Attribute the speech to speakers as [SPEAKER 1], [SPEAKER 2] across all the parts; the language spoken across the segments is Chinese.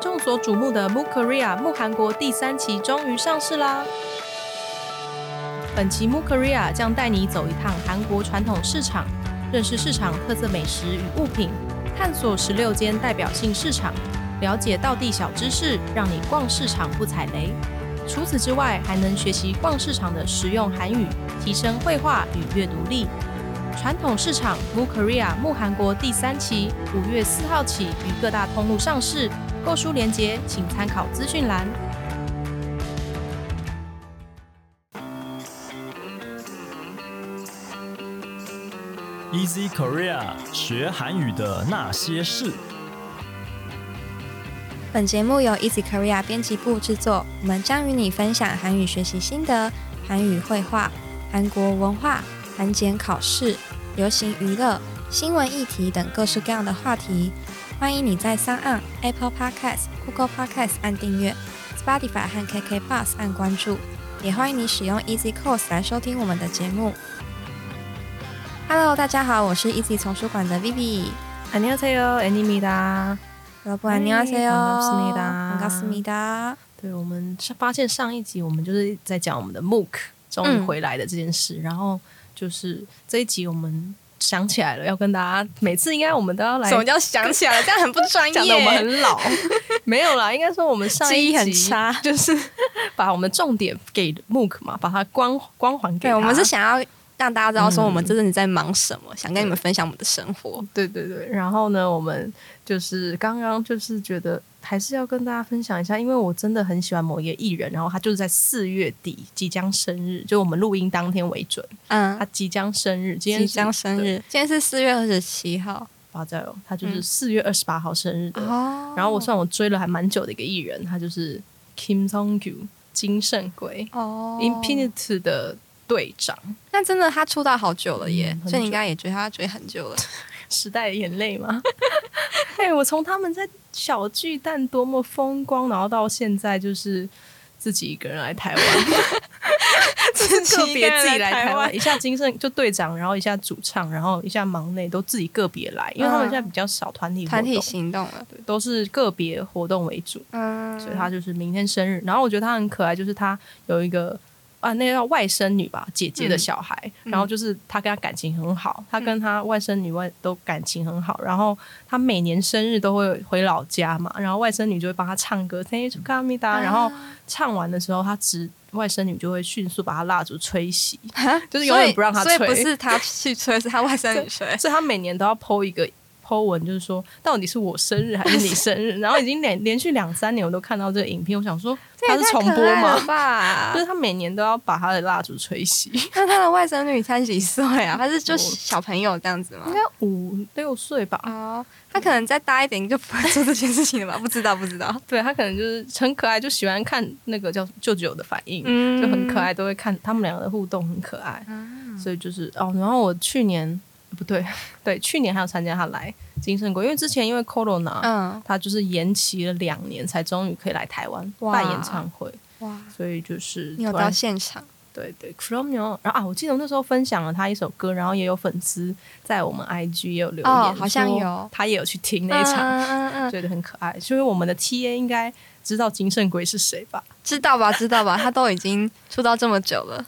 [SPEAKER 1] 众所瞩目的 Move Korea 木韩国第三期终于上市啦！本期 Move Korea 将带你走一趟韩国传统市场，认识市场特色美食与物品，探索十六间代表性市场，了解道地小知识，让你逛市场不踩雷。除此之外，还能学习逛市场的实用韩语，提升绘画与阅读力。传统市场 Move Korea 木韩国第三期五月四号起于各大通路上市，购书链接请参考资讯栏。
[SPEAKER 2] Easy Korea 学韩语的那些事。
[SPEAKER 3] 本节目由 Easy Korea 编辑部制作，我们将与你分享韩语学习心得、韩语绘画、韩国文化、韩检考试、流行娱乐、新闻议题等各式各样的话题。欢迎你在三岸 Apple Podcast、Google Podcast 按订阅，Spotify 和 KK Bus 按关注，也欢迎你使用 Easy Course 来收听我们的节目。Hello，大家好，我是 Easy 丛书馆的 Vivi。
[SPEAKER 1] 안녕하세요，애니미다。
[SPEAKER 3] 여러분
[SPEAKER 1] 네,
[SPEAKER 3] 안녕하세요.
[SPEAKER 1] 반갑습니다.
[SPEAKER 3] 반갑습니다.
[SPEAKER 1] 对我们是发现上一集我们就是在讲我们的 MOOC 终于回来的这件事，然后就是这一集我们想起来了，要跟大家每次应该我们都要来
[SPEAKER 4] 什么叫想起来了？这样很不专业。
[SPEAKER 1] 讲的我们很 老，没有啦，应该说我们上
[SPEAKER 4] 记
[SPEAKER 1] 一
[SPEAKER 4] 忆
[SPEAKER 1] 集
[SPEAKER 4] 很差，
[SPEAKER 1] 就是把我们重点给 MOOC 嘛，把它光光环给
[SPEAKER 4] 对，我们
[SPEAKER 1] 它
[SPEAKER 4] 是想要让大家知道说我们这阵子在忙什
[SPEAKER 1] 嗯
[SPEAKER 4] 么，想跟你们分享我们的生活。
[SPEAKER 1] 对对对，然后呢，我们就是刚刚就是觉得还是要跟大家分享一下，因为我真的很喜欢某一个艺人，然后他就是在四月底即将生日，就我们录音当天为准，他
[SPEAKER 4] 嗯，
[SPEAKER 1] 即将生日，今天
[SPEAKER 4] 即
[SPEAKER 1] 是
[SPEAKER 4] 将生，
[SPEAKER 1] 对
[SPEAKER 4] 日，今天是四月二十七号。
[SPEAKER 1] 八加油，他就是
[SPEAKER 4] 嗯
[SPEAKER 1] 四月二十八号生日的。
[SPEAKER 4] 哦
[SPEAKER 1] 然后我算我追了还蛮久的一个艺人，他就是 Kim Song Gu 金圣圭、
[SPEAKER 4] 哦
[SPEAKER 1] Infinity 的队长，
[SPEAKER 4] 那真的他出道好久了耶
[SPEAKER 1] 嗯，很
[SPEAKER 4] 所以你应该也追他追很久了。
[SPEAKER 1] 时代的眼泪吗？ 哎、我从他们在小巨蛋多么风光，然后到现在就是自己一个人来台 湾，
[SPEAKER 4] 自
[SPEAKER 1] 个别自己来台湾，，一下金圣就队长，然后一下主唱，然后一下忙内都自己个别来，因为他们
[SPEAKER 4] 嗯
[SPEAKER 1] 现在比较少团体活
[SPEAKER 4] 团体
[SPEAKER 1] 动
[SPEAKER 4] 行动了。
[SPEAKER 1] 对都是个别活动为主，
[SPEAKER 4] 嗯，
[SPEAKER 1] 所以他就是明天生日。然后我觉得他很可爱，就是他有一个啊，那个叫外甥女吧，姐姐的小孩。
[SPEAKER 4] 嗯
[SPEAKER 1] 然后就是他跟他感情很好，他跟他外甥女外都感情很好。然后他每年生日都会回老家嘛，然后外甥女就会帮他唱歌《t h a n k you k a m i d
[SPEAKER 4] 啊
[SPEAKER 1] a 然后唱完的时候，他只外甥女就会迅速把他蜡烛吹熄，就是永远不让他
[SPEAKER 4] 所以
[SPEAKER 1] 吹。
[SPEAKER 4] 所以不是他去吹，是他外甥 女吹。
[SPEAKER 1] 所以他每年都要 PO 一个 PO 文，就是说到底是我生日还是你生日？然后已经连连续两三年我都看到这个影片，我想说 他是重播吗？
[SPEAKER 4] 吧
[SPEAKER 1] 就是他每年都要把他的蜡烛吹熄，应
[SPEAKER 4] 那他的外甥女才几岁啊？他是就小朋友这样子吗？
[SPEAKER 1] 该五六岁吧。
[SPEAKER 4] 哦，他可能再大一点就不会做这件事 情了吧？不知道，不知道。
[SPEAKER 1] 对他可能就是很可爱，就喜欢看那个叫舅舅的反应，
[SPEAKER 4] 嗯
[SPEAKER 1] 就很可爱，都会看他们两个的互动很可爱，所以就是哦，然后我去年不对 对，去年还有参加他来金圣国，因为之前因为 corona，、
[SPEAKER 4] 嗯，
[SPEAKER 1] 他就是延期了两年，才终于可以来台湾
[SPEAKER 4] 哇
[SPEAKER 1] 办演唱会，
[SPEAKER 4] 哇，
[SPEAKER 1] 所以就是
[SPEAKER 4] 你有
[SPEAKER 1] 突然
[SPEAKER 4] 到现场？
[SPEAKER 1] 对对 c r o m o 然后啊，我记得我那时候分享了他一首歌，然后也有粉丝在我们 IG 也有留言，
[SPEAKER 4] 哦好像有，
[SPEAKER 1] 他也有去听那一场，
[SPEAKER 4] 嗯嗯嗯，
[SPEAKER 1] 觉得很可爱。所以我们的 TA 应该知道金圣圭是谁吧？
[SPEAKER 4] 知道吧，知 道吧，他都已经出道这么久了，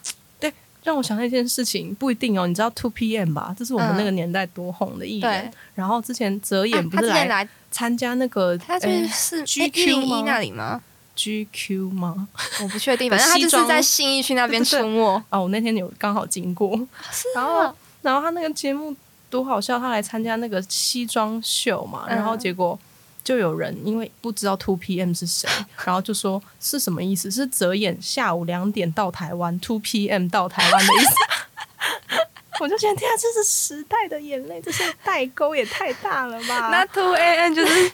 [SPEAKER 1] 让我想到一件事情，不一定哦，你知道 Two PM 吧？这是我们
[SPEAKER 4] 嗯
[SPEAKER 1] 那个年代多红的艺人。
[SPEAKER 4] 对
[SPEAKER 1] 然后之前泽
[SPEAKER 4] 啊
[SPEAKER 1] 演不
[SPEAKER 4] 他
[SPEAKER 1] 是
[SPEAKER 4] 之前
[SPEAKER 1] 来
[SPEAKER 4] 来，
[SPEAKER 1] 参加那个、
[SPEAKER 4] 他就是是
[SPEAKER 1] 哎
[SPEAKER 4] 一零
[SPEAKER 1] GQ 吗
[SPEAKER 4] 一那里吗？
[SPEAKER 1] GQ 吗？
[SPEAKER 4] 我不确定，反正他
[SPEAKER 1] 西
[SPEAKER 4] 就是
[SPEAKER 1] 装
[SPEAKER 4] 在信义区那边
[SPEAKER 1] 对
[SPEAKER 4] 出
[SPEAKER 1] 对
[SPEAKER 4] 没。
[SPEAKER 1] 哦，我那天有刚好经过，
[SPEAKER 4] 是
[SPEAKER 1] 然后，然后他那个节目多好笑，他来参加那个西装秀嘛，
[SPEAKER 4] 嗯
[SPEAKER 1] 然后结果就有人因为不知道 Two PM 是谁，然后就说是什么意思？是泽演下午两点到台湾，Two PM 到台湾的意思。 我就觉得天啊，这是时代的眼泪，这是代沟也太大了吧？
[SPEAKER 4] 那 two a.m. 就是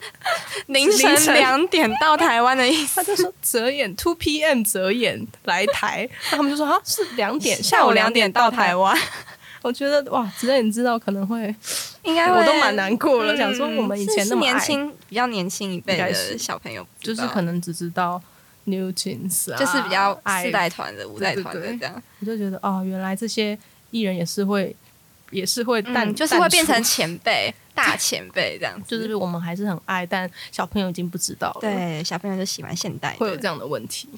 [SPEAKER 4] 凌
[SPEAKER 1] 啊 凌晨
[SPEAKER 4] 晨两点到台湾的意思。
[SPEAKER 1] 他就说泽演 Two PM 泽演来台，那他们就说啊是两点， 下午两点到台湾。
[SPEAKER 4] 湾，
[SPEAKER 1] 我觉得哇，泽演知道可能会
[SPEAKER 4] 应该
[SPEAKER 1] 我
[SPEAKER 4] 会
[SPEAKER 1] 都蛮难过了，
[SPEAKER 4] 哎嗯
[SPEAKER 1] 想说我们以前
[SPEAKER 4] 是
[SPEAKER 1] 那
[SPEAKER 4] 是
[SPEAKER 1] 么
[SPEAKER 4] 年
[SPEAKER 1] 爱，
[SPEAKER 4] 轻，比较年轻一辈
[SPEAKER 1] 应该是
[SPEAKER 4] 的小朋友不
[SPEAKER 1] 就
[SPEAKER 4] 知道，
[SPEAKER 1] 是可能只知道 New Jeans 啊，
[SPEAKER 4] 就是比较
[SPEAKER 1] 爱
[SPEAKER 4] 四，代团的、五代团
[SPEAKER 1] 对
[SPEAKER 4] 的
[SPEAKER 1] 对对
[SPEAKER 4] 这样，
[SPEAKER 1] 我就觉得哦，原来这些艺人也是会，也是会淡，
[SPEAKER 4] 嗯，就是会变成
[SPEAKER 1] 淡出
[SPEAKER 4] 前辈，大前辈这样子，
[SPEAKER 1] 就是我们还是很爱，但小朋友已经不知道了，，
[SPEAKER 4] 对小朋友就喜欢现代的，
[SPEAKER 1] 会有这样的问题。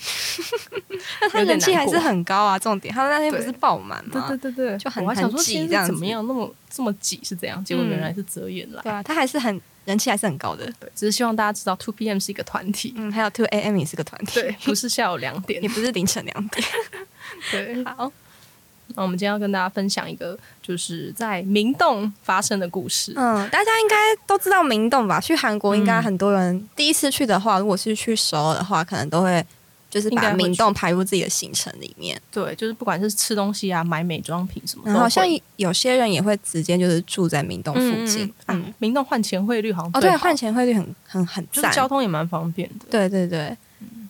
[SPEAKER 4] 但 他
[SPEAKER 1] 有点
[SPEAKER 4] 人气
[SPEAKER 1] 难
[SPEAKER 4] 还
[SPEAKER 1] 过
[SPEAKER 4] 是很高啊。重点，他那天不
[SPEAKER 1] 对
[SPEAKER 4] 是爆满
[SPEAKER 1] 对
[SPEAKER 4] 吗？
[SPEAKER 1] 对对对，
[SPEAKER 4] 就很
[SPEAKER 1] 我还想
[SPEAKER 4] 很
[SPEAKER 1] 说
[SPEAKER 4] 挤
[SPEAKER 1] 今天
[SPEAKER 4] 这样
[SPEAKER 1] 是怎么
[SPEAKER 4] 子嗯
[SPEAKER 1] 样那么这么挤是怎样，结果原来是泽野来。
[SPEAKER 4] 对啊，他还是很人气还是很高的。
[SPEAKER 1] 对，只是希望大家知道，Two PM 是一个团体，
[SPEAKER 4] 嗯，还有 Two AM 也是个团体，
[SPEAKER 1] 对，不是下午两点
[SPEAKER 4] 也。不是凌晨两点。
[SPEAKER 1] 对，
[SPEAKER 4] 好，
[SPEAKER 1] 那我们今天要跟大家分享一个，就是在明洞发生的故事。
[SPEAKER 4] 嗯，大家应该都知道明洞吧？去韩国应
[SPEAKER 1] 嗯
[SPEAKER 4] 该很多人、第一次去的话，如果是去首尔的话，可能都会就是
[SPEAKER 1] 应该
[SPEAKER 4] 把
[SPEAKER 1] 会
[SPEAKER 4] 明洞排入自己的行程里面。
[SPEAKER 1] 对，就是不管是吃东西啊、买美妆品什么，
[SPEAKER 4] 然后好像有些人也会直接就是住在明洞附近。
[SPEAKER 1] 啊，
[SPEAKER 4] 嗯
[SPEAKER 1] 明洞换钱汇率好像
[SPEAKER 4] 哦，对，
[SPEAKER 1] 好
[SPEAKER 4] 换钱汇率很很很
[SPEAKER 1] 就是
[SPEAKER 4] 赞，
[SPEAKER 1] 交通也嗯蛮方便的。
[SPEAKER 4] 对对对。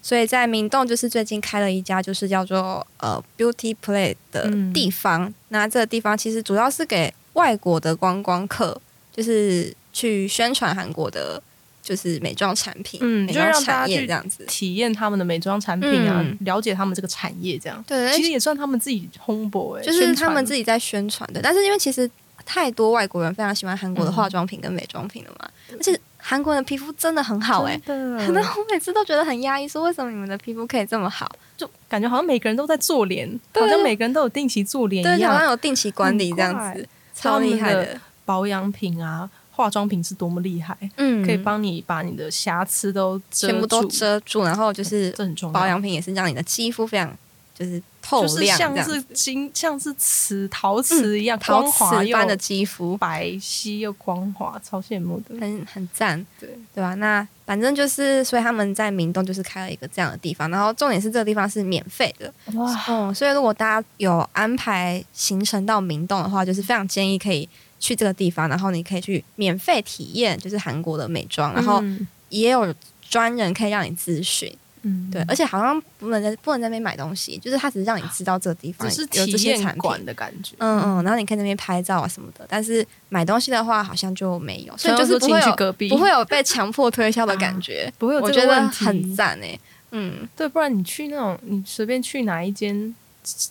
[SPEAKER 4] 所以在明洞，就是最近开了一家，就是叫做呃 Beauty Play 的
[SPEAKER 1] 嗯
[SPEAKER 4] 地方。那这个地方其实主要是给外国的观光客，就是去宣传韩国的，就是美妆产品、
[SPEAKER 1] 嗯
[SPEAKER 4] 美
[SPEAKER 1] 就让
[SPEAKER 4] 妆
[SPEAKER 1] 大家
[SPEAKER 4] 产业
[SPEAKER 1] 去
[SPEAKER 4] 这样子。
[SPEAKER 1] 体验他们的美妆产品啊，
[SPEAKER 4] 嗯
[SPEAKER 1] 了解他们这个产业，这样
[SPEAKER 4] 对，
[SPEAKER 1] 其实也算他们自己 homeboy，、欸、
[SPEAKER 4] 就是他们自
[SPEAKER 1] 己
[SPEAKER 4] 己在宣传的。但是因为其实太多外国人非常喜欢韩国的
[SPEAKER 1] 嗯
[SPEAKER 4] 化妆品跟美妆品了嘛，而且韩国人的皮肤真的很好哎、可
[SPEAKER 1] 真
[SPEAKER 4] 能
[SPEAKER 1] 的，
[SPEAKER 4] 我每次都觉得很压抑，说为什么你们的皮肤可以这么好？
[SPEAKER 1] 就感觉好像每个人都在做脸，
[SPEAKER 4] 对
[SPEAKER 1] 好像每个人都有定期做脸
[SPEAKER 4] 对，
[SPEAKER 1] 一
[SPEAKER 4] 好像
[SPEAKER 1] 样，
[SPEAKER 4] 有定期管理这样
[SPEAKER 1] 很
[SPEAKER 4] 子
[SPEAKER 1] 快，
[SPEAKER 4] 超厉害
[SPEAKER 1] 他们
[SPEAKER 4] 的。
[SPEAKER 1] 保养品啊、化妆品是多么厉害，
[SPEAKER 4] 嗯
[SPEAKER 1] 可以帮你把你的瑕疵都遮
[SPEAKER 4] 全部都
[SPEAKER 1] 住，
[SPEAKER 4] 遮住，然后就是
[SPEAKER 1] 这很重要。
[SPEAKER 4] 保养品也是让你的肌肤非常就是透
[SPEAKER 1] 就是
[SPEAKER 4] 亮，这
[SPEAKER 1] 像
[SPEAKER 4] 样
[SPEAKER 1] 是
[SPEAKER 4] 子嗯
[SPEAKER 1] 金，像是瓷陶瓷一样，
[SPEAKER 4] 陶
[SPEAKER 1] 光滑
[SPEAKER 4] 瓷
[SPEAKER 1] 又
[SPEAKER 4] 般的肌肤，
[SPEAKER 1] 白皙又光滑，超羡慕的。
[SPEAKER 4] 很很赞。
[SPEAKER 1] 对，
[SPEAKER 4] 对吧、那反正就是，所以他们在明洞就是开了一个这样的地方，然后重点是这个地方是免费的，
[SPEAKER 1] 哇，
[SPEAKER 4] 嗯，所以如果大家有安排行程到明洞的话，就是非常建议可以去这个地方，然后你可以去免费体验，就是韩国的美妆，然后
[SPEAKER 1] 嗯
[SPEAKER 4] 也有专人可以让你咨询，
[SPEAKER 1] 嗯
[SPEAKER 4] 对，而且好像不能在不能在那边买东西，就是他只是让你知道这个地方
[SPEAKER 1] 只是
[SPEAKER 4] 哎有
[SPEAKER 1] 体
[SPEAKER 4] 这些
[SPEAKER 1] 验
[SPEAKER 4] 产
[SPEAKER 1] 馆
[SPEAKER 4] 品。
[SPEAKER 1] 的感觉。
[SPEAKER 4] 嗯嗯，然后你可以在那边拍照啊什么的，但是买东西的话好像就没有，所以就
[SPEAKER 1] 说
[SPEAKER 4] 是不会
[SPEAKER 1] 请去
[SPEAKER 4] 有
[SPEAKER 1] 隔壁，
[SPEAKER 4] 不会有被强迫推销的感觉，
[SPEAKER 1] 不会有
[SPEAKER 4] 我
[SPEAKER 1] 这
[SPEAKER 4] 觉
[SPEAKER 1] 个
[SPEAKER 4] 得
[SPEAKER 1] 问题
[SPEAKER 4] 很赞哎、嗯，
[SPEAKER 1] 对，不然你去那种你随便去哪一间，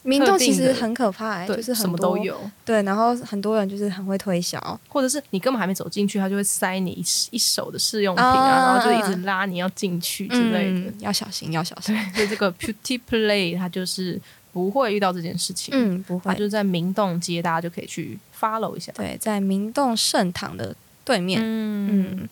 [SPEAKER 4] 明洞其
[SPEAKER 1] 特
[SPEAKER 4] 实
[SPEAKER 1] 定的
[SPEAKER 4] 很可怕、欸，
[SPEAKER 1] 对，
[SPEAKER 4] 就是很
[SPEAKER 1] 什么
[SPEAKER 4] 多
[SPEAKER 1] 都有，
[SPEAKER 4] 对，然后很多人就是很会推销，
[SPEAKER 1] 或者是你根本还没走进去，他就会塞你一一手的试用品啊，
[SPEAKER 4] 啊
[SPEAKER 1] 然后就一直拉你要进去之类的。
[SPEAKER 4] 嗯，要小心，要小心。
[SPEAKER 1] 所以这个 Beauty Play 它就是不会遇到这件事情，，
[SPEAKER 4] 嗯，不
[SPEAKER 1] 它
[SPEAKER 4] 会。
[SPEAKER 1] 就是在明洞街，大家就可以去 follow 一下。
[SPEAKER 4] 对，在明洞圣堂的对面，
[SPEAKER 1] 嗯，
[SPEAKER 4] 嗯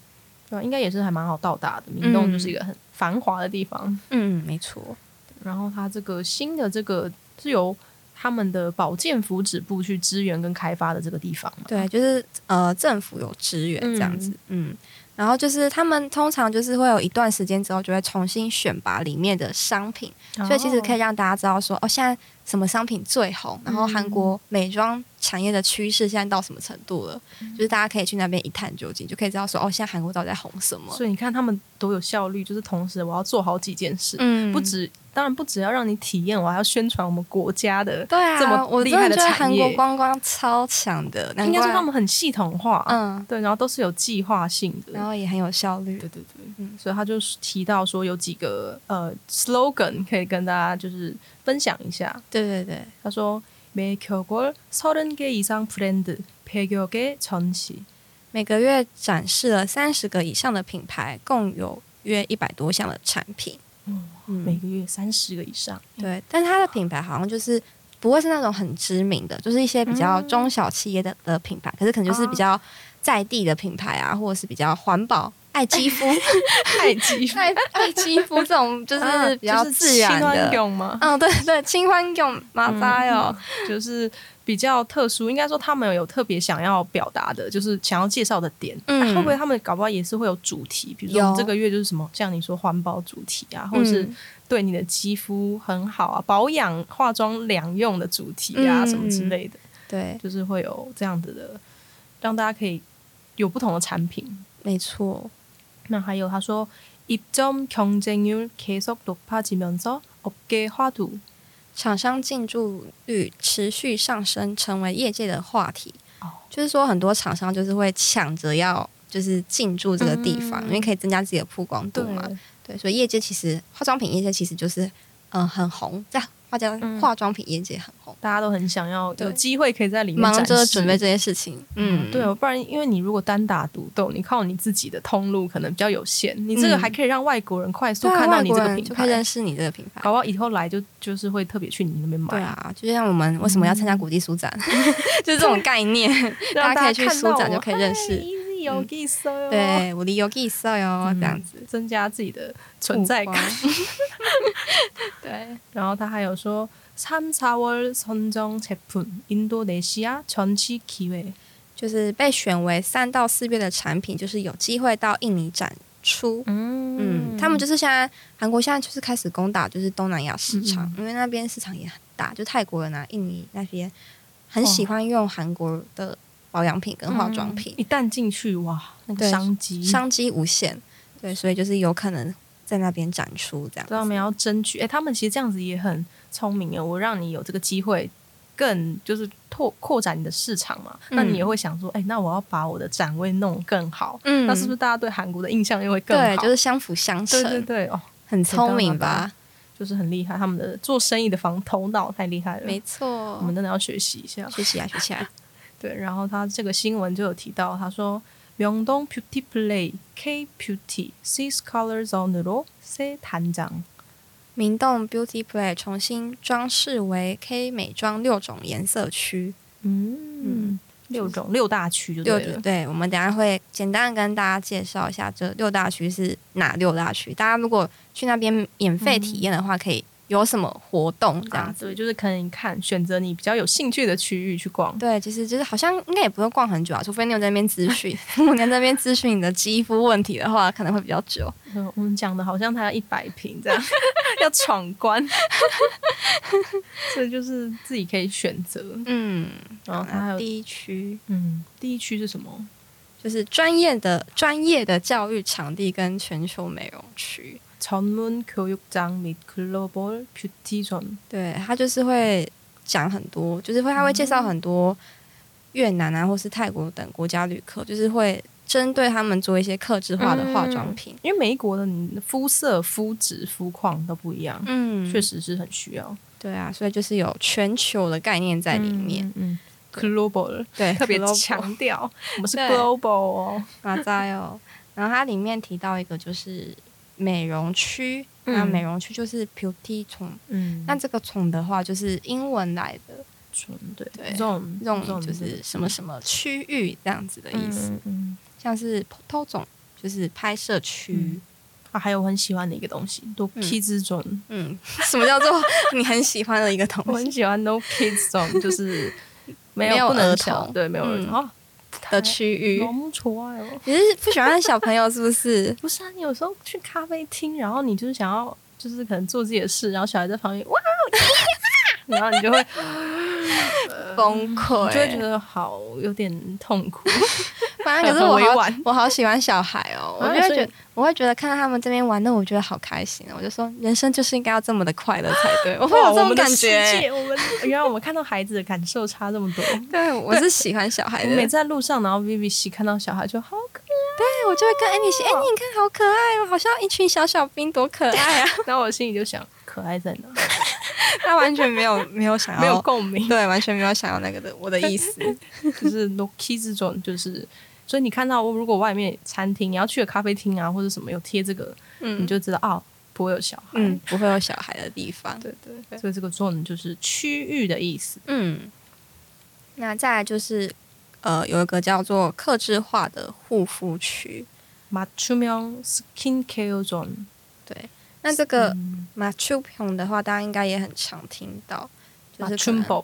[SPEAKER 1] 对啊，应该也是还蛮好到达的。明洞就是一个很繁华的地方，
[SPEAKER 4] 嗯，没错，
[SPEAKER 1] 然后它这个新的这个是由他们的保健福祉部去支援跟开发的这个地方嘛。
[SPEAKER 4] 对，就是呃，政府有支援这样子，嗯。然后就是他们通常就是会有一段时间之后就会重新选拔里面的商品，
[SPEAKER 1] 哦，
[SPEAKER 4] 所以其实可以让大家知道说哦，现在什么商品最红，然后韩国美妆产业的趋势现在到什么程度了，就是大家可以去那边一探究竟，就可以知道说哦，现在韩国到底在红什么。
[SPEAKER 1] 所以你看他们多有效率，就是同时我要做好几件事，
[SPEAKER 4] 嗯
[SPEAKER 1] 不止当然不只要让你体验，我还要宣传我们国家的。
[SPEAKER 4] 对啊，
[SPEAKER 1] 这么
[SPEAKER 4] 我
[SPEAKER 1] 厉
[SPEAKER 4] 真的
[SPEAKER 1] 害的
[SPEAKER 4] 觉得
[SPEAKER 1] 产
[SPEAKER 4] 韩国
[SPEAKER 1] 业
[SPEAKER 4] 观光超强的，难
[SPEAKER 1] 应该
[SPEAKER 4] 怪
[SPEAKER 1] 说他们很系统化，
[SPEAKER 4] 嗯，
[SPEAKER 1] 对，然后都是有计划性的，
[SPEAKER 4] 然后也很有效率。
[SPEAKER 1] 对对，
[SPEAKER 4] 嗯
[SPEAKER 1] 所以他就提到说有几个呃 slogan 可以跟大家就是分享一下。
[SPEAKER 4] 对对对，
[SPEAKER 1] 他说매겨월30개 이상 브랜드 100여 개 전시
[SPEAKER 4] 每个月展示了三十个以上的品牌，共有约一百多项的产品。
[SPEAKER 1] 每
[SPEAKER 4] 嗯，
[SPEAKER 1] 个月三十个以 上，
[SPEAKER 4] 对，但是它的品牌好像就是。不会是那种很知名的，就是一些比较
[SPEAKER 1] 嗯
[SPEAKER 4] 中小企业的的品牌，可是可能就是比较在地的品牌啊，或者是比较环保、爱肌肤、
[SPEAKER 1] 太极 啊
[SPEAKER 4] 爱爱肌肤这种， 就是啊比较自然的。
[SPEAKER 1] 用吗？
[SPEAKER 4] 嗯，对对，清欢用马扎哟。
[SPEAKER 1] 就是比较特殊，应该说他们有特别想要表达的，就是想要介绍的点。啊
[SPEAKER 4] 嗯
[SPEAKER 1] 会不会他们搞不好也是会有主题？比如说
[SPEAKER 4] 有
[SPEAKER 1] 我们这个月就是什么，像你说环保主题啊，或者是
[SPEAKER 4] 嗯
[SPEAKER 1] 对你的肌肤很好啊，保养、化妆两用的主题啊，
[SPEAKER 4] 嗯
[SPEAKER 1] 什么之类的，
[SPEAKER 4] 对，
[SPEAKER 1] 就是会有这样子的，让大家可以有不同的产品。
[SPEAKER 4] 没错，
[SPEAKER 1] 那还有他说，입점경쟁률계속높아지면서업계화두
[SPEAKER 4] 厂商进驻率持续上升，成为业界的话题。
[SPEAKER 1] 哦
[SPEAKER 4] 就是说，很多厂商就是会抢着要就是进驻这个地方，
[SPEAKER 1] 嗯
[SPEAKER 4] 因为可以增加自
[SPEAKER 1] 啊
[SPEAKER 4] 己的曝光度嘛。对，所以业界其实化妆品业界其实就是嗯、呃很红，在化化妆、
[SPEAKER 1] 嗯
[SPEAKER 4] 化妆品业界很红，
[SPEAKER 1] 大家都很想要有
[SPEAKER 4] 对
[SPEAKER 1] 机会可以在里面
[SPEAKER 4] 忙
[SPEAKER 1] 展
[SPEAKER 4] 着
[SPEAKER 1] 示
[SPEAKER 4] 准备这些事情。嗯，
[SPEAKER 1] 对，哦不然因为你如果单打独斗，你靠你自己的通路可能比较有限，你这个
[SPEAKER 4] 嗯
[SPEAKER 1] 还可以让外国人快速
[SPEAKER 4] 对啊，
[SPEAKER 1] 看到你这
[SPEAKER 4] 外
[SPEAKER 1] 个
[SPEAKER 4] 国人
[SPEAKER 1] 品
[SPEAKER 4] 就
[SPEAKER 1] 牌
[SPEAKER 4] 会，认识你这个品牌。
[SPEAKER 1] 搞不好以后来就就是会特别去你那边买，嗯
[SPEAKER 4] 对啊，就像我们为什么要参加国际 书展， 就是这种概念。
[SPEAKER 1] 让
[SPEAKER 4] 大家可
[SPEAKER 1] 家
[SPEAKER 4] 以去
[SPEAKER 1] 看
[SPEAKER 4] 书
[SPEAKER 1] 到
[SPEAKER 4] 展就
[SPEAKER 1] 我
[SPEAKER 4] 可以认识
[SPEAKER 1] 嗨，easy 有
[SPEAKER 4] 嗯
[SPEAKER 1] 意思哦，，
[SPEAKER 4] 对，我的有意思哟，
[SPEAKER 1] 嗯
[SPEAKER 4] 这样子
[SPEAKER 1] 增加自己的存在感。。
[SPEAKER 4] 对，
[SPEAKER 1] 然后他还有说，3、4월선정제품인도네시아전시기회，
[SPEAKER 4] 就是被选为三到四月的产品，就是有机会到印尼展出。嗯，他们就是现在韩国现在就是开始攻打就是东南亚市场，
[SPEAKER 1] 嗯
[SPEAKER 4] 因为那边市场也很大，就泰国人啊、印尼那边很喜欢用韩国的保养品跟化妆品，
[SPEAKER 1] 嗯一旦进去哇，那个
[SPEAKER 4] 对
[SPEAKER 1] 商机，
[SPEAKER 4] 商机无限。对，所以就是有可能在那边展出这样子。
[SPEAKER 1] 他们要争取。哎、他们其实这样子也很聪明耶，我让你有这个机会。更就是拓扩展你的市场嘛，
[SPEAKER 4] 嗯
[SPEAKER 1] 那你也会想说，哎、那我要把我的展位弄更好，
[SPEAKER 4] 嗯
[SPEAKER 1] 那是不是大家对韩国的印象又会更
[SPEAKER 4] 对，
[SPEAKER 1] 好？
[SPEAKER 4] 就是相辅相成，
[SPEAKER 1] 对对对哦，
[SPEAKER 4] 很聪
[SPEAKER 1] 铁
[SPEAKER 4] 明
[SPEAKER 1] 蛋
[SPEAKER 4] 吧？
[SPEAKER 1] 就是很厉害，他们的做生意的方头脑太厉害了，
[SPEAKER 4] 没错
[SPEAKER 1] 我，们真的要学习一下。
[SPEAKER 4] 学起来，学啊起来。
[SPEAKER 1] 对，然后他这个新闻就有提到，他说명동 뷰티 플레이 K 뷰티 six color zone으로 새 단장
[SPEAKER 4] 明洞 Beauty Play 重新装饰为 K 美妆六种颜色区，
[SPEAKER 1] 嗯，六种六大区就
[SPEAKER 4] 六
[SPEAKER 1] 对了。
[SPEAKER 4] 对，我们等一下会简单地跟大家介绍一下这六大区是哪六大区。大家如果去那边免费体验的话，可以有什么活动这样
[SPEAKER 1] 啊，
[SPEAKER 4] 子？
[SPEAKER 1] 对，就是可以看选择你比较有兴趣的区域去逛。
[SPEAKER 4] 对，其实就是好像应该也不用逛很久啊，除非你有在那边 咨询，如果你在那边咨询你的肌肤问题的话，可能会比较久。
[SPEAKER 1] 嗯，我们讲的好像它要一百平 这样，要闯关， 所以就是自己可以选择。
[SPEAKER 4] 嗯，
[SPEAKER 1] 然后它哦还
[SPEAKER 4] 那
[SPEAKER 1] 有，
[SPEAKER 4] 第一区
[SPEAKER 1] 嗯，第一区是什么？
[SPEAKER 4] 就是专业的专业的教育场地跟全球美容区。
[SPEAKER 1] 전문 교육장 및 글로벌 뷰티존
[SPEAKER 4] 对他就是会讲很多，就是会他会介绍
[SPEAKER 1] 嗯
[SPEAKER 4] 很多越南啊，或是泰国等国家旅客，就是会针对他们做一些克制化的
[SPEAKER 1] 嗯
[SPEAKER 4] 化妆品。
[SPEAKER 1] 因为每一国的你的肤色、肤质、肤况都不一样，
[SPEAKER 4] 嗯
[SPEAKER 1] 确、实是很需要
[SPEAKER 4] 对啊，所以就是有全球的概念在里面。。
[SPEAKER 1] 嗯嗯，global
[SPEAKER 4] 对，
[SPEAKER 1] 特别
[SPEAKER 4] global
[SPEAKER 1] 强调，我们是
[SPEAKER 4] 对
[SPEAKER 1] global 哦。
[SPEAKER 4] 啊，在哦。然后它里面提到一个就是美容区，
[SPEAKER 1] 嗯
[SPEAKER 4] 那美容区就是 beauty 虫、
[SPEAKER 1] 嗯
[SPEAKER 4] 那这个虫的话就是英文来的，
[SPEAKER 1] 纯对
[SPEAKER 4] 对
[SPEAKER 1] 这种
[SPEAKER 4] 这种就是什么什么区域这样子的意思。
[SPEAKER 1] 嗯嗯
[SPEAKER 4] 像是 photo 种就是拍摄区。
[SPEAKER 1] 嗯啊，还有我很喜欢的一个东西，no
[SPEAKER 4] 嗯
[SPEAKER 1] kids zone，
[SPEAKER 4] 嗯， 什么叫做你很喜欢的一个
[SPEAKER 1] 我
[SPEAKER 4] 东西
[SPEAKER 1] 很喜欢 no kids zone，就是 没
[SPEAKER 4] 没有
[SPEAKER 1] 不能
[SPEAKER 4] 儿
[SPEAKER 1] 小
[SPEAKER 4] 童
[SPEAKER 1] 对，没有儿
[SPEAKER 4] 嗯
[SPEAKER 1] 童啊，
[SPEAKER 4] 的区域？
[SPEAKER 1] 너무좋아요。
[SPEAKER 4] 你是不喜欢小朋友是 不是？
[SPEAKER 1] 不是啊，你有时候去咖啡厅，然后你就是想要，就是可能做自己的事，然后小孩在旁边哇，啊然后你 就会
[SPEAKER 4] 崩溃，
[SPEAKER 1] 嗯你就会觉得好有点痛苦，
[SPEAKER 4] 反正可是
[SPEAKER 1] 很
[SPEAKER 4] 我
[SPEAKER 1] 委
[SPEAKER 4] 好
[SPEAKER 1] 婉，
[SPEAKER 4] 我好喜欢小孩哦，我
[SPEAKER 1] 啊
[SPEAKER 4] 就会
[SPEAKER 1] 所以
[SPEAKER 4] 觉得，我会觉得看到他们这边玩的，我觉得好开心哦，我就说人生就是应该要这么的快乐才 对， 我会
[SPEAKER 1] 哇
[SPEAKER 4] 有这
[SPEAKER 1] 我
[SPEAKER 4] 种
[SPEAKER 1] 们的
[SPEAKER 4] 感
[SPEAKER 1] 世
[SPEAKER 4] 觉。
[SPEAKER 1] 界我们原来我们看到孩子的感受差这么 多。
[SPEAKER 4] 对，我是喜欢小孩
[SPEAKER 1] 我
[SPEAKER 4] 的。
[SPEAKER 1] 每次在路上，然后 Vivi 西看到小孩就好可
[SPEAKER 4] 对我就会跟 Annie 说：“哎，你看好可爱哦，好像一群小小兵，多可爱 啊
[SPEAKER 1] 爱，然后我心里就想，可爱在哪？！”
[SPEAKER 4] 他完全没有没有想要，
[SPEAKER 1] 没有共鸣，
[SPEAKER 4] 对，完全没有想要那个的我的意 思。嗯
[SPEAKER 1] 就是 no key 这种，就是。所以你看到，如果外面餐厅你要去的咖啡厅啊，或者什么有贴这个，
[SPEAKER 4] 嗯，
[SPEAKER 1] 你就知道哦，不会有小孩。
[SPEAKER 4] 嗯，不会有小孩的地方。
[SPEAKER 1] 对对对，所以这个 zone 就是区域的意思。
[SPEAKER 4] 嗯，那再来就是呃，有一个叫做克制化的护肤区。
[SPEAKER 1] 맞춤형 skincare zone，
[SPEAKER 4] 对，那这个
[SPEAKER 1] 嗯
[SPEAKER 4] m a c h u p o n 的话，大家应该也很常听到，就
[SPEAKER 1] 맞
[SPEAKER 4] 是可
[SPEAKER 1] 춤
[SPEAKER 4] 能
[SPEAKER 1] 법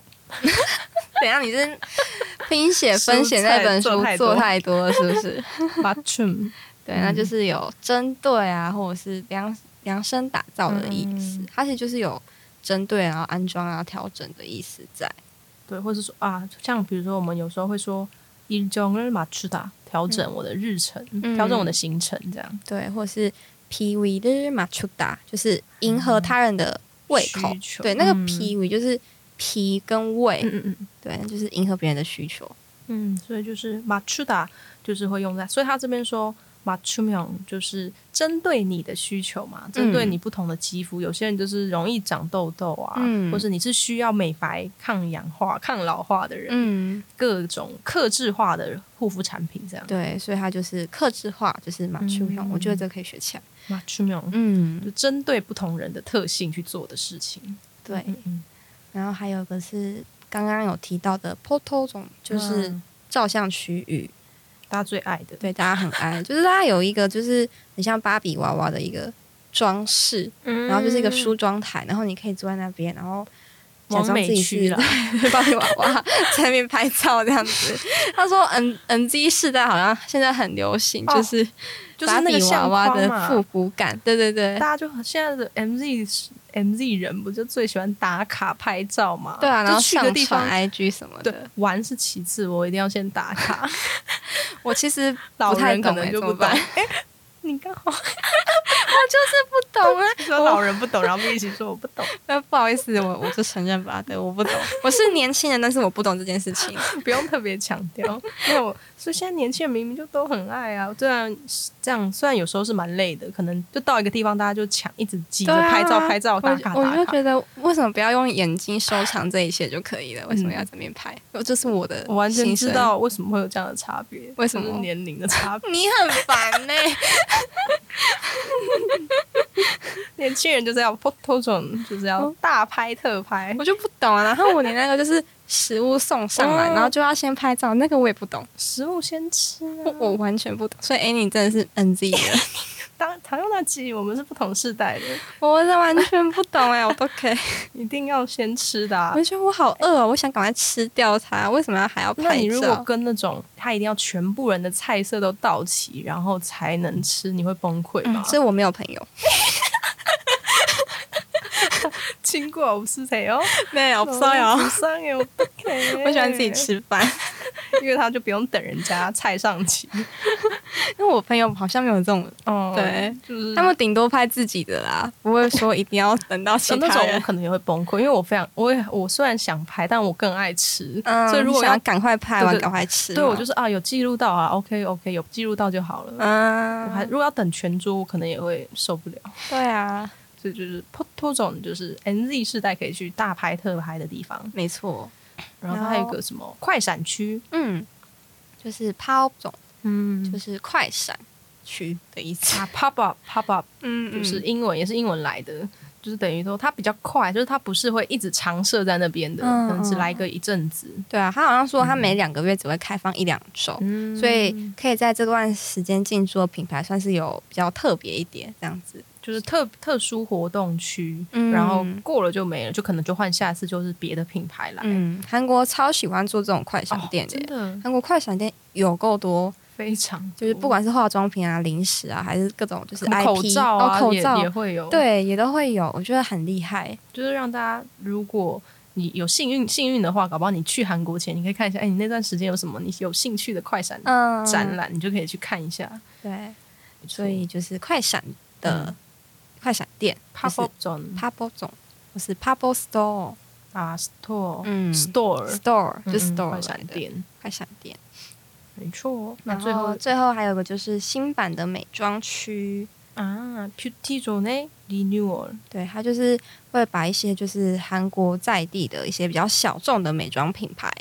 [SPEAKER 4] 等一下你是 拼 写分写那本
[SPEAKER 1] 蔬
[SPEAKER 4] 书
[SPEAKER 1] 菜做
[SPEAKER 4] 做
[SPEAKER 1] 太
[SPEAKER 4] 太多嗯了，是不是？
[SPEAKER 1] 맞춤
[SPEAKER 4] 对，那就是有针对啊，或者是量量身打造的意思，
[SPEAKER 1] 嗯
[SPEAKER 4] 它其实就是有针对然后安装啊调整的意思在。
[SPEAKER 1] 对，或是说啊，像比如说我们有时候会说일정을맞추다，调整我的日程，
[SPEAKER 4] 嗯
[SPEAKER 1] 调整我的行程，这样
[SPEAKER 4] 对，或是 PV 的马丘达，就是迎合他人的胃
[SPEAKER 1] 嗯
[SPEAKER 4] 口
[SPEAKER 1] 需。求
[SPEAKER 4] 对，那个
[SPEAKER 1] 嗯
[SPEAKER 4] PV 就是皮跟胃，
[SPEAKER 1] 嗯嗯嗯
[SPEAKER 4] 对，就是迎合别人的需求。
[SPEAKER 1] 嗯，所以就是맞추다就是会用在，所以他这边说 m a c h u m y o n 就是针对你的需求嘛，
[SPEAKER 4] 嗯
[SPEAKER 1] 针对你不同的肌肤，有些人就是容易长痘痘啊，
[SPEAKER 4] 嗯
[SPEAKER 1] 或是你是需要美白、抗氧化、抗老化的人，
[SPEAKER 4] 嗯，
[SPEAKER 1] 各种克制化的护肤产品这样。
[SPEAKER 4] 对，所以它就是克制化，就是马术用，
[SPEAKER 1] 嗯
[SPEAKER 4] 我觉得这可以学起来。
[SPEAKER 1] m a c h u m y o n
[SPEAKER 4] 嗯，
[SPEAKER 1] 就针对不同人的特性去做的事情。
[SPEAKER 4] 对。
[SPEAKER 1] 嗯嗯，
[SPEAKER 4] 然后还有一个是刚刚有提到的 photo 种，就是
[SPEAKER 1] 嗯
[SPEAKER 4] 照相区域，
[SPEAKER 1] 大家最爱的，
[SPEAKER 4] 对大家很爱， 就是它有一个就是很像芭比娃娃的一个装饰，
[SPEAKER 1] 嗯
[SPEAKER 4] 然后就是一个梳妆台，然后你可以坐在那边，然后假
[SPEAKER 1] 完
[SPEAKER 4] 装自
[SPEAKER 1] 美
[SPEAKER 4] 己
[SPEAKER 1] 区
[SPEAKER 4] 是
[SPEAKER 1] 啦，
[SPEAKER 4] 芭比娃娃在那边拍照这样 子。他说，N N G 世代好像现在很流行，
[SPEAKER 1] 哦
[SPEAKER 4] 就是
[SPEAKER 1] 就是
[SPEAKER 4] 芭
[SPEAKER 1] 那个
[SPEAKER 4] 比娃
[SPEAKER 1] 相
[SPEAKER 4] 娃
[SPEAKER 1] 框
[SPEAKER 4] 的
[SPEAKER 1] 嘛
[SPEAKER 4] 复古感，对对对
[SPEAKER 1] 大，家就很现在的 MZ MZ 人不就最喜欢打卡拍照嘛？
[SPEAKER 4] 对啊，然后
[SPEAKER 1] 就去个
[SPEAKER 4] 上
[SPEAKER 1] 地
[SPEAKER 4] 传
[SPEAKER 1] 方
[SPEAKER 4] IG 什么
[SPEAKER 1] 对
[SPEAKER 4] 的。
[SPEAKER 1] 玩是其次，我一定要先打 卡。
[SPEAKER 4] 我其实
[SPEAKER 1] 老
[SPEAKER 4] 不太
[SPEAKER 1] 人可
[SPEAKER 4] 懂
[SPEAKER 1] 能
[SPEAKER 4] 欸，
[SPEAKER 1] 就
[SPEAKER 4] 怎
[SPEAKER 1] 不
[SPEAKER 4] 么
[SPEAKER 1] 懂
[SPEAKER 4] 办？。
[SPEAKER 1] 哎，你刚好
[SPEAKER 4] 不懂啊，
[SPEAKER 1] 说老人不懂，然后我们一起说我不懂，
[SPEAKER 4] 那不好意思，我我就承认吧，对，我不 懂，我是年轻人，但是我不懂这件事情。
[SPEAKER 1] 不用特别强调。没有，所以现在年轻人明明就都很爱啊。虽然这样，虽然有时候是蛮累的，可能就到一个地方，大家就抢，一直挤着
[SPEAKER 4] 对啊
[SPEAKER 1] 拍照、拍照、打卡、
[SPEAKER 4] 我
[SPEAKER 1] 打
[SPEAKER 4] 我就
[SPEAKER 1] 卡。
[SPEAKER 4] 觉得，为什么不要用眼睛收藏这一切就可以了？为什么要这边拍？这是嗯我的，
[SPEAKER 1] 我完全知。道为什么会有这样的差别，
[SPEAKER 4] 为什么
[SPEAKER 1] 就是年龄的差别？
[SPEAKER 4] 你很烦欸呢、
[SPEAKER 1] 年轻人就是要 photo 种，就是要大拍特拍
[SPEAKER 4] 我，就不懂啊。然后我连那个就是食物送上来，
[SPEAKER 1] 哦
[SPEAKER 4] 然后就要先拍照，那个我也不懂，
[SPEAKER 1] 食物先吃啊。
[SPEAKER 4] 我我完全不懂。所以 Annie 真的是 NZ 的，
[SPEAKER 1] 当常用那记忆，我们是不同世代的，
[SPEAKER 4] 我是完全不懂哎、
[SPEAKER 1] 欸
[SPEAKER 4] 我都可以。
[SPEAKER 1] 一定要先吃的、啊
[SPEAKER 4] 我。就觉得我好饿、哦，我想赶快吃掉它，为什么要还要
[SPEAKER 1] 那
[SPEAKER 4] 拍
[SPEAKER 1] 你如果
[SPEAKER 4] 照？
[SPEAKER 1] 跟那种他一定要全部人的菜色都到齐，然后才能吃，你会崩溃吗？
[SPEAKER 4] 嗯所以我没有朋 友，
[SPEAKER 1] 经过不是谁 哦，
[SPEAKER 4] 没有
[SPEAKER 1] 不
[SPEAKER 4] 不
[SPEAKER 1] 要
[SPEAKER 4] 要。
[SPEAKER 1] 不伤哎，我 不可以
[SPEAKER 4] 我喜欢自己，吃 饭，
[SPEAKER 1] 因为他就不用等人家菜上齐。
[SPEAKER 4] 因为我朋友好像没有这种，
[SPEAKER 1] 哦，
[SPEAKER 4] 对，
[SPEAKER 1] 就是
[SPEAKER 4] 他们顶多拍自己的啦，不会说一定要等到其
[SPEAKER 1] 哦那
[SPEAKER 4] 他
[SPEAKER 1] 种我
[SPEAKER 4] 人。
[SPEAKER 1] 可能也会崩溃，因为我非常我也我虽然想拍，但我更爱吃，
[SPEAKER 4] 嗯，
[SPEAKER 1] 所以如果
[SPEAKER 4] 想
[SPEAKER 1] 要
[SPEAKER 4] 要赶快拍完
[SPEAKER 1] 对，对
[SPEAKER 4] 赶快吃嘛。哦
[SPEAKER 1] 对我就是啊有记录到啊，OK OK 有记录到就好了。我还
[SPEAKER 4] 嗯，
[SPEAKER 1] 如果要等全桌，我可能也会受不了。
[SPEAKER 4] 对啊，
[SPEAKER 1] 所以就是 Poto 种就是 NZ 世代可以去大拍特拍的地方，
[SPEAKER 4] 没错，
[SPEAKER 1] 然后它还有一个什么快闪区，
[SPEAKER 4] 嗯，就是抛种，
[SPEAKER 1] 嗯
[SPEAKER 4] 就是是快闪区的意思。
[SPEAKER 1] 啊 pop up pop up，
[SPEAKER 4] 嗯
[SPEAKER 1] 就是
[SPEAKER 4] 嗯
[SPEAKER 1] 英文、也是英文来的，就是等于说它比较快，就是它不是会一直常设在那边的，
[SPEAKER 4] 嗯
[SPEAKER 1] 可能只来个一阵子，
[SPEAKER 4] 对啊，他好像说他每两个月只会开放一两周，
[SPEAKER 1] 嗯
[SPEAKER 4] 所以可以在这段时间进驻的品牌算是有比较特别一点这样子。
[SPEAKER 1] 就是特特殊活动区，
[SPEAKER 4] 嗯
[SPEAKER 1] 然后过了就没了，就可能就换下次就是别的品牌来。
[SPEAKER 4] 嗯，韩国超喜欢做这种快闪
[SPEAKER 1] 哦，
[SPEAKER 4] 店的
[SPEAKER 1] 真
[SPEAKER 4] 耶，
[SPEAKER 1] 的
[SPEAKER 4] 韩国快闪店有够多，
[SPEAKER 1] 非常
[SPEAKER 4] 就是不管是化妆品啊、零食啊，还是各种就是
[SPEAKER 1] 哦什么口
[SPEAKER 4] IP
[SPEAKER 1] 罩啊，
[SPEAKER 4] 哦、口
[SPEAKER 1] 也也
[SPEAKER 4] 罩，
[SPEAKER 1] 会有，
[SPEAKER 4] 对，也都会有，我觉得很厉害。
[SPEAKER 1] 就是让大家，如果你有幸运幸运的话，搞不好你去韩国前，你可以看一下，哎，你那段时间有什么你有兴趣的快闪
[SPEAKER 4] 嗯，
[SPEAKER 1] 展览，你就可以去看一下。
[SPEAKER 4] 对，所以就是快闪的
[SPEAKER 1] 嗯
[SPEAKER 4] 快闪店
[SPEAKER 1] pop up zone
[SPEAKER 4] p u b b l e 总不是 p u b b l e Store，
[SPEAKER 1] 啊，store
[SPEAKER 4] 嗯
[SPEAKER 1] store
[SPEAKER 4] Store
[SPEAKER 1] 嗯
[SPEAKER 4] 就 Store
[SPEAKER 1] 快
[SPEAKER 4] 来
[SPEAKER 1] 闪
[SPEAKER 4] 的
[SPEAKER 1] 店，
[SPEAKER 4] 快闪店。
[SPEAKER 1] 没错。那
[SPEAKER 4] 然
[SPEAKER 1] 最
[SPEAKER 4] 后
[SPEAKER 1] 后
[SPEAKER 4] 最后还有个就是新版的美妆区，
[SPEAKER 1] 啊，beauty zone 呢 renewal，
[SPEAKER 4] 对，它就是会把一些就是韩国在地的一些比较小众的美妆品牌，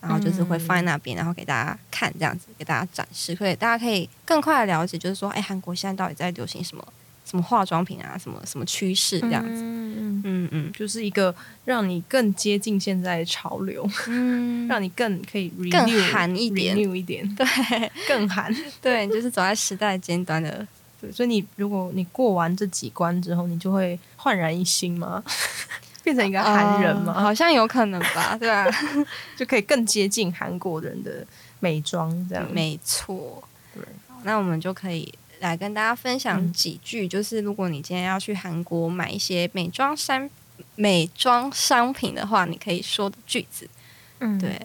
[SPEAKER 4] 然后就是会
[SPEAKER 1] 嗯
[SPEAKER 4] 放在那边，然后给大家看这样子，给大家展示，可以大家可以更快的了解，就是说，哎，韩国现在到底在流行什么什么化妆品啊，什么什么趋势这样子。
[SPEAKER 1] 嗯嗯，
[SPEAKER 4] 嗯嗯
[SPEAKER 1] 就是一个让你更接近现在的潮流，
[SPEAKER 4] 嗯，
[SPEAKER 1] 让你更可以 renew
[SPEAKER 4] 更韩一点
[SPEAKER 1] renew 一点，对，更韩。
[SPEAKER 4] 对，你就是走在时代尖端的。
[SPEAKER 1] 对，所以你如果你过完这几关之后，你就会焕然一新吗？ 变成一个韩人
[SPEAKER 4] 呃
[SPEAKER 1] 吗？
[SPEAKER 4] 好像有可能吧，对啊，
[SPEAKER 1] 就可以更接近韩国人的美妆 这样。
[SPEAKER 4] 没错。
[SPEAKER 1] 对嗯
[SPEAKER 4] 好那我们就可以来跟大家分享几句，就是如果你今天要去韩国买一些美妆商美妆商品的话，你可以说的句子。
[SPEAKER 1] 嗯
[SPEAKER 4] 对，，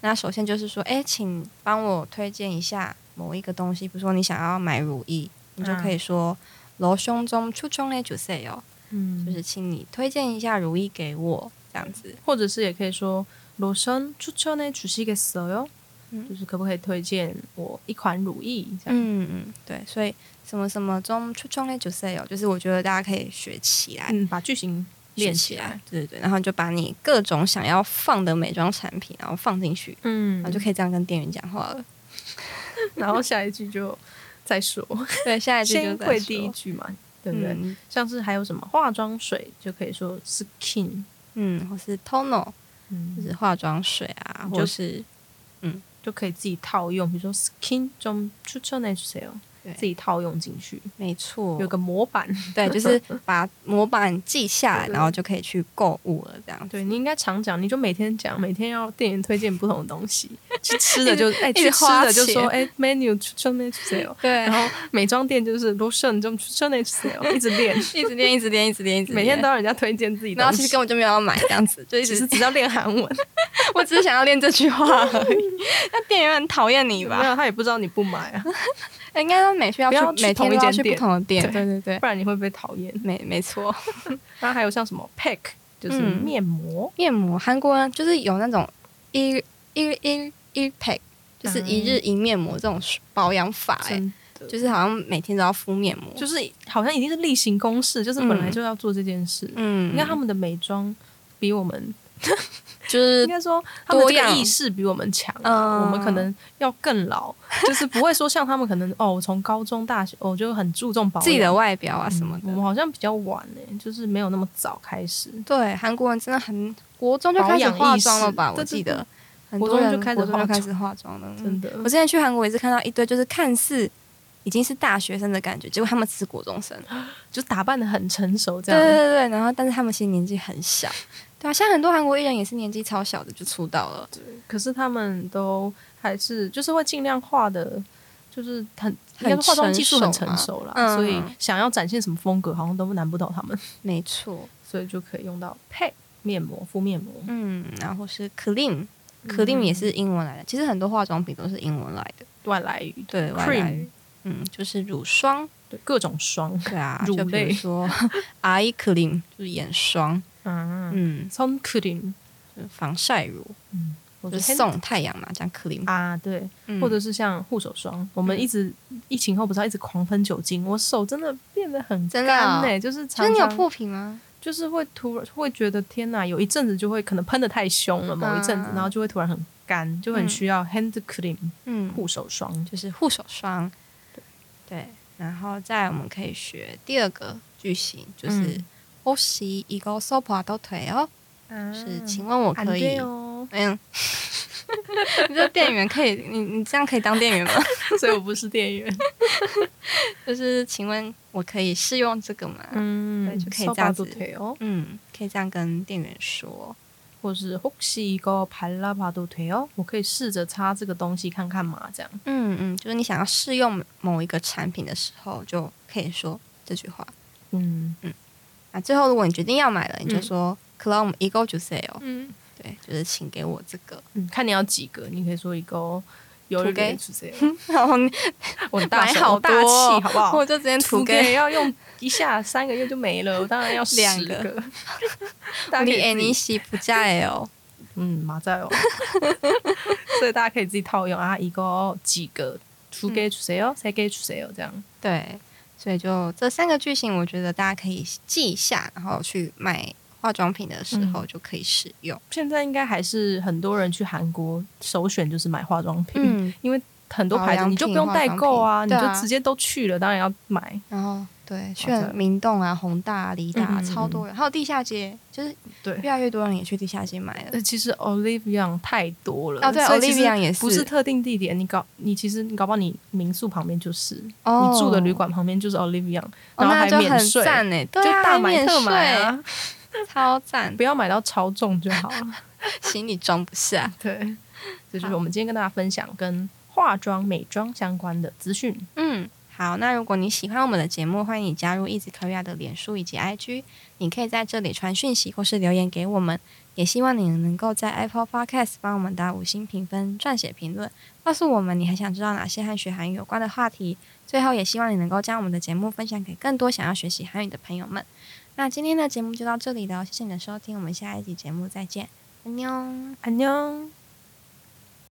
[SPEAKER 4] 那首先就是说，哎，请帮我推荐一下某一个东西，比如说你想要买乳液，你就可以说“罗胸中出中嘞主塞哦”，
[SPEAKER 1] 嗯，
[SPEAKER 4] 就是请你推荐一下乳液给我这样子。
[SPEAKER 1] 或者是也可以说，로션추천해주시겠어요？
[SPEAKER 4] 嗯
[SPEAKER 1] 就是可不可以推荐我一款乳液？这样，
[SPEAKER 4] 嗯嗯，对，所以什么什么中初中类九岁有，就是我觉得大家可以学起来，
[SPEAKER 1] 嗯，把句型
[SPEAKER 4] 学
[SPEAKER 1] 练
[SPEAKER 4] 起
[SPEAKER 1] 起
[SPEAKER 4] 来
[SPEAKER 1] 来，，
[SPEAKER 4] 对对对，然后你就把你各种想要放的美妆产品，然后放进去，
[SPEAKER 1] 嗯
[SPEAKER 4] 然啊后就可以这样跟店员讲话了。
[SPEAKER 1] 然后下一句就再说，
[SPEAKER 4] 对， 下一句就
[SPEAKER 1] 先
[SPEAKER 4] 再
[SPEAKER 1] 会
[SPEAKER 4] 说
[SPEAKER 1] 第一句嘛，对不对？
[SPEAKER 4] 嗯
[SPEAKER 1] 像是还有什么化妆水，就可以说 skin，
[SPEAKER 4] 嗯，或是 Tono，
[SPEAKER 1] 嗯，
[SPEAKER 4] 就
[SPEAKER 1] 就是
[SPEAKER 4] 是化妆水啊，
[SPEAKER 1] 你就
[SPEAKER 4] 或是
[SPEAKER 1] 就可以自己套用，比如说 skin 中 t u t o n a g e
[SPEAKER 4] 对
[SPEAKER 1] 自己套用进去，
[SPEAKER 4] 没错
[SPEAKER 1] 有，个模板。
[SPEAKER 4] 对， 就是把模板记下来，
[SPEAKER 1] 对对
[SPEAKER 4] 然后就可以去购物了。这样
[SPEAKER 1] 对你应该常讲，你就每天讲，每天要店员推荐不同的东西，
[SPEAKER 4] 去吃
[SPEAKER 1] 吃的 就哎，
[SPEAKER 4] 一直
[SPEAKER 1] 去吃
[SPEAKER 4] 花
[SPEAKER 1] 的就
[SPEAKER 4] 钱
[SPEAKER 1] 说哎，menu t u t o n a g e
[SPEAKER 4] 对，
[SPEAKER 1] 然后美妆店就是 lotion 中 t u t o n a g e 一直练，
[SPEAKER 4] 一直练，一直练，一直练，一直
[SPEAKER 1] 每天
[SPEAKER 4] 练
[SPEAKER 1] 都。要人家推荐自己的
[SPEAKER 4] 然后
[SPEAKER 1] 东西，
[SPEAKER 4] 其实根本就没有要买这样子， 就一
[SPEAKER 1] 只
[SPEAKER 4] 直
[SPEAKER 1] 是只要练韩 文，
[SPEAKER 4] 我只是想要练这句话而已。 那店员很讨厌你
[SPEAKER 1] 没
[SPEAKER 4] 吧？
[SPEAKER 1] 有他也不知道你不买 啊，
[SPEAKER 4] 应该说每去要
[SPEAKER 1] 不要
[SPEAKER 4] 去
[SPEAKER 1] 去
[SPEAKER 4] 每天
[SPEAKER 1] 同一
[SPEAKER 4] 都要
[SPEAKER 1] 间
[SPEAKER 4] 去不
[SPEAKER 1] 店
[SPEAKER 4] 同的店，
[SPEAKER 1] 对
[SPEAKER 4] 对对对，
[SPEAKER 1] 不然你会被讨厌。
[SPEAKER 4] 没没错。
[SPEAKER 1] 然后还有像什么 pack，就是
[SPEAKER 4] 嗯
[SPEAKER 1] 面膜，
[SPEAKER 4] 面膜，韩国人就是有那种一一一一 pack，就是一日一面膜这种保养法、欸，
[SPEAKER 1] 真
[SPEAKER 4] 就是好像每天都要敷面膜。
[SPEAKER 1] 就是好像已经是例行公事，就是本来就要做这件事。
[SPEAKER 4] 嗯，
[SPEAKER 1] 你看他们的美妆比我们，
[SPEAKER 4] 就是
[SPEAKER 1] 应该说他们
[SPEAKER 4] 多
[SPEAKER 1] 这个
[SPEAKER 4] 样
[SPEAKER 1] 意识比我们强啊、
[SPEAKER 4] 嗯
[SPEAKER 1] 我们可能要更 老，就是不会说像他们可能哦，我从高中、大学，我、就很注重保养嗯
[SPEAKER 4] 自己的外表啊什么
[SPEAKER 1] 我
[SPEAKER 4] 的。
[SPEAKER 1] 们好像比较晚呢、就是没有那么早开始。
[SPEAKER 4] 对，韩国人真的很国中就开始化妆了吧？
[SPEAKER 1] 保养意识
[SPEAKER 4] 我记
[SPEAKER 1] 对对
[SPEAKER 4] 得很
[SPEAKER 1] 国
[SPEAKER 4] 多
[SPEAKER 1] 中
[SPEAKER 4] 人
[SPEAKER 1] 就开始
[SPEAKER 4] 国中就
[SPEAKER 1] 化妆
[SPEAKER 4] 开始化妆了，嗯
[SPEAKER 1] 真的
[SPEAKER 4] 我之前去韩国也是看到一堆，就是看似已经是大学生的感觉，结果他们只是国中生。
[SPEAKER 1] 就打扮的很成熟这
[SPEAKER 4] 对
[SPEAKER 1] 样。
[SPEAKER 4] 对对对，然后但是他们其实年纪很小，对啊，像很多韩国艺人也是年纪超小的就出道了，
[SPEAKER 1] 可是他们都还是就是会尽量画的，就是很应该
[SPEAKER 4] 很
[SPEAKER 1] 说化妆技术很成熟啦，
[SPEAKER 4] 成熟嘛嗯
[SPEAKER 1] 所以想要展现什么风格，好像都难不倒他们，
[SPEAKER 4] 没错，
[SPEAKER 1] 所以就可以用到配面膜、敷面膜。
[SPEAKER 4] 嗯，然后是 cream。cream 也是英文来的，其实很多化妆品都是英文来的，
[SPEAKER 1] 外来语
[SPEAKER 4] 对外来语
[SPEAKER 1] cream，
[SPEAKER 4] 嗯，就是乳霜，
[SPEAKER 1] 对各种霜，
[SPEAKER 4] 对啊，
[SPEAKER 1] 乳
[SPEAKER 4] 就比
[SPEAKER 1] 类
[SPEAKER 4] 如说 eye cream 就是眼霜，
[SPEAKER 1] 嗯，
[SPEAKER 4] 嗯，
[SPEAKER 1] 从 cream
[SPEAKER 4] 就是防晒乳，
[SPEAKER 1] 或
[SPEAKER 4] 就
[SPEAKER 1] 者
[SPEAKER 4] 是送太阳嘛，讲 cream，
[SPEAKER 1] 啊，对，
[SPEAKER 4] 嗯
[SPEAKER 1] 或者是像护手霜，我们一直疫情后不是要一直狂喷酒精，我手真的变得很
[SPEAKER 4] 真
[SPEAKER 1] 干
[SPEAKER 4] 的哦
[SPEAKER 1] 呢、就是
[SPEAKER 4] 就
[SPEAKER 1] 常常
[SPEAKER 4] 是你有破皮吗？
[SPEAKER 1] 就是会突然会觉得天哪，有一阵子就会可能喷的太凶了，某一阵子，
[SPEAKER 4] 啊
[SPEAKER 1] 然后就会突然很干，就很需要 hand cream
[SPEAKER 4] 嗯，
[SPEAKER 1] 护手霜。
[SPEAKER 4] 就是护手霜，对，然后再来我们可以学第二个句型，就是
[SPEAKER 1] 嗯
[SPEAKER 4] 혹시이거소파도돼요？是，请问我
[SPEAKER 1] 啊
[SPEAKER 4] 可以
[SPEAKER 1] 对？哦，
[SPEAKER 4] 嗯， 你这店员可以，你你这样可以当店员吗？
[SPEAKER 1] 所以我不是店员。
[SPEAKER 4] 就是请问我可以试用这个吗？对
[SPEAKER 1] 嗯
[SPEAKER 4] 就可以这样子
[SPEAKER 1] 腿哦，
[SPEAKER 4] 嗯，可以这样跟店员说。
[SPEAKER 1] 或是 혹시이거발라봐도腿哦，我可以试着擦这个东西看看嘛，这样。
[SPEAKER 4] 嗯嗯，就是你想要试用某一个产品的时候，就可以说这句话。
[SPEAKER 1] 嗯
[SPEAKER 4] 那最后，如果你决定要买了，你就说 “Clone e g o j u s e
[SPEAKER 1] 嗯
[SPEAKER 4] 对，就是请给我这个。
[SPEAKER 1] 嗯，看你要几个，你可以说一个。有
[SPEAKER 4] 土给
[SPEAKER 1] 人出这 样，
[SPEAKER 4] 然后你
[SPEAKER 1] 我很大
[SPEAKER 4] 买
[SPEAKER 1] 手
[SPEAKER 4] 好
[SPEAKER 1] 我大气，
[SPEAKER 4] 多哦
[SPEAKER 1] 好不好？
[SPEAKER 4] 我就直接
[SPEAKER 1] 土
[SPEAKER 4] 吐
[SPEAKER 1] 给
[SPEAKER 4] 给
[SPEAKER 1] 要用一下，三个月就没了，我当然要十
[SPEAKER 4] 两个
[SPEAKER 1] 个。大家可
[SPEAKER 4] 你
[SPEAKER 1] 以
[SPEAKER 4] 哎，
[SPEAKER 1] 自己
[SPEAKER 4] 你洗不加哦，
[SPEAKER 1] 嗯，马仔 哦，所以大家可以自己套用啊，一个几个，出给出谁哦，
[SPEAKER 4] 嗯
[SPEAKER 1] 谁给出谁哦，这样。
[SPEAKER 4] 对，所以就这三个句型，我觉得大家可以记一下，然后去买化妆品的时
[SPEAKER 1] 嗯
[SPEAKER 4] 候就可以使用。
[SPEAKER 1] 现在应该还是很多人去韩国首选就是买化妆品，
[SPEAKER 4] 嗯，
[SPEAKER 1] 因为很多牌
[SPEAKER 4] 保
[SPEAKER 1] 子
[SPEAKER 4] 养
[SPEAKER 1] 你
[SPEAKER 4] 品
[SPEAKER 1] 就不用代购啊，
[SPEAKER 4] 化妆
[SPEAKER 1] 你
[SPEAKER 4] 品对啊
[SPEAKER 1] 就直接都去了，当然要买。
[SPEAKER 4] 然后对，去
[SPEAKER 1] 好的
[SPEAKER 4] 明洞啊、宏大啊、梨大啊、
[SPEAKER 1] 嗯嗯嗯
[SPEAKER 4] 超多人，还有地下街，就是
[SPEAKER 1] 对
[SPEAKER 4] 越来越多人也去地下街买了。
[SPEAKER 1] 呃，其实 Olivia 太多了，
[SPEAKER 4] 哦，对
[SPEAKER 1] 呃所以其实
[SPEAKER 4] ，Olivia 也是，
[SPEAKER 1] 不是特定地点，你搞你其实你搞不好你民宿旁边就是，
[SPEAKER 4] 哦
[SPEAKER 1] 你住的旅，馆旁边就是 Olivia，
[SPEAKER 4] 哦
[SPEAKER 1] 然后
[SPEAKER 4] 那
[SPEAKER 1] 还
[SPEAKER 4] 就
[SPEAKER 1] 免
[SPEAKER 4] 很
[SPEAKER 1] 税，
[SPEAKER 4] 赞哎，
[SPEAKER 1] 就
[SPEAKER 4] 对啊，
[SPEAKER 1] 大
[SPEAKER 4] 还
[SPEAKER 1] 买
[SPEAKER 4] 免
[SPEAKER 1] 特买
[SPEAKER 4] 税，
[SPEAKER 1] 啊，
[SPEAKER 4] 超赞，
[SPEAKER 1] 不要买到超重就好 了。
[SPEAKER 4] 行李装不下。
[SPEAKER 1] 对，这就是
[SPEAKER 4] 好
[SPEAKER 1] 我们今天跟大家分享跟化妆、美妆相关的资讯。
[SPEAKER 4] 嗯，好，那如果你喜欢我们的节目，欢迎你加入 Easy Korea 的脸书以及 IG，你可以在这里传讯息或是留言给我们。也希望你能够在 Apple Podcast 帮我们打五星评分、撰写评论，告诉我们你还想知道哪些和学韩语有关的话题。最后，也希望你能够将我们的节目分享给更多想要学习韩语的朋友们。那今天的节目就到这里了，谢谢你的收听，我们下一集节目再见，安妞。
[SPEAKER 1] 安妞。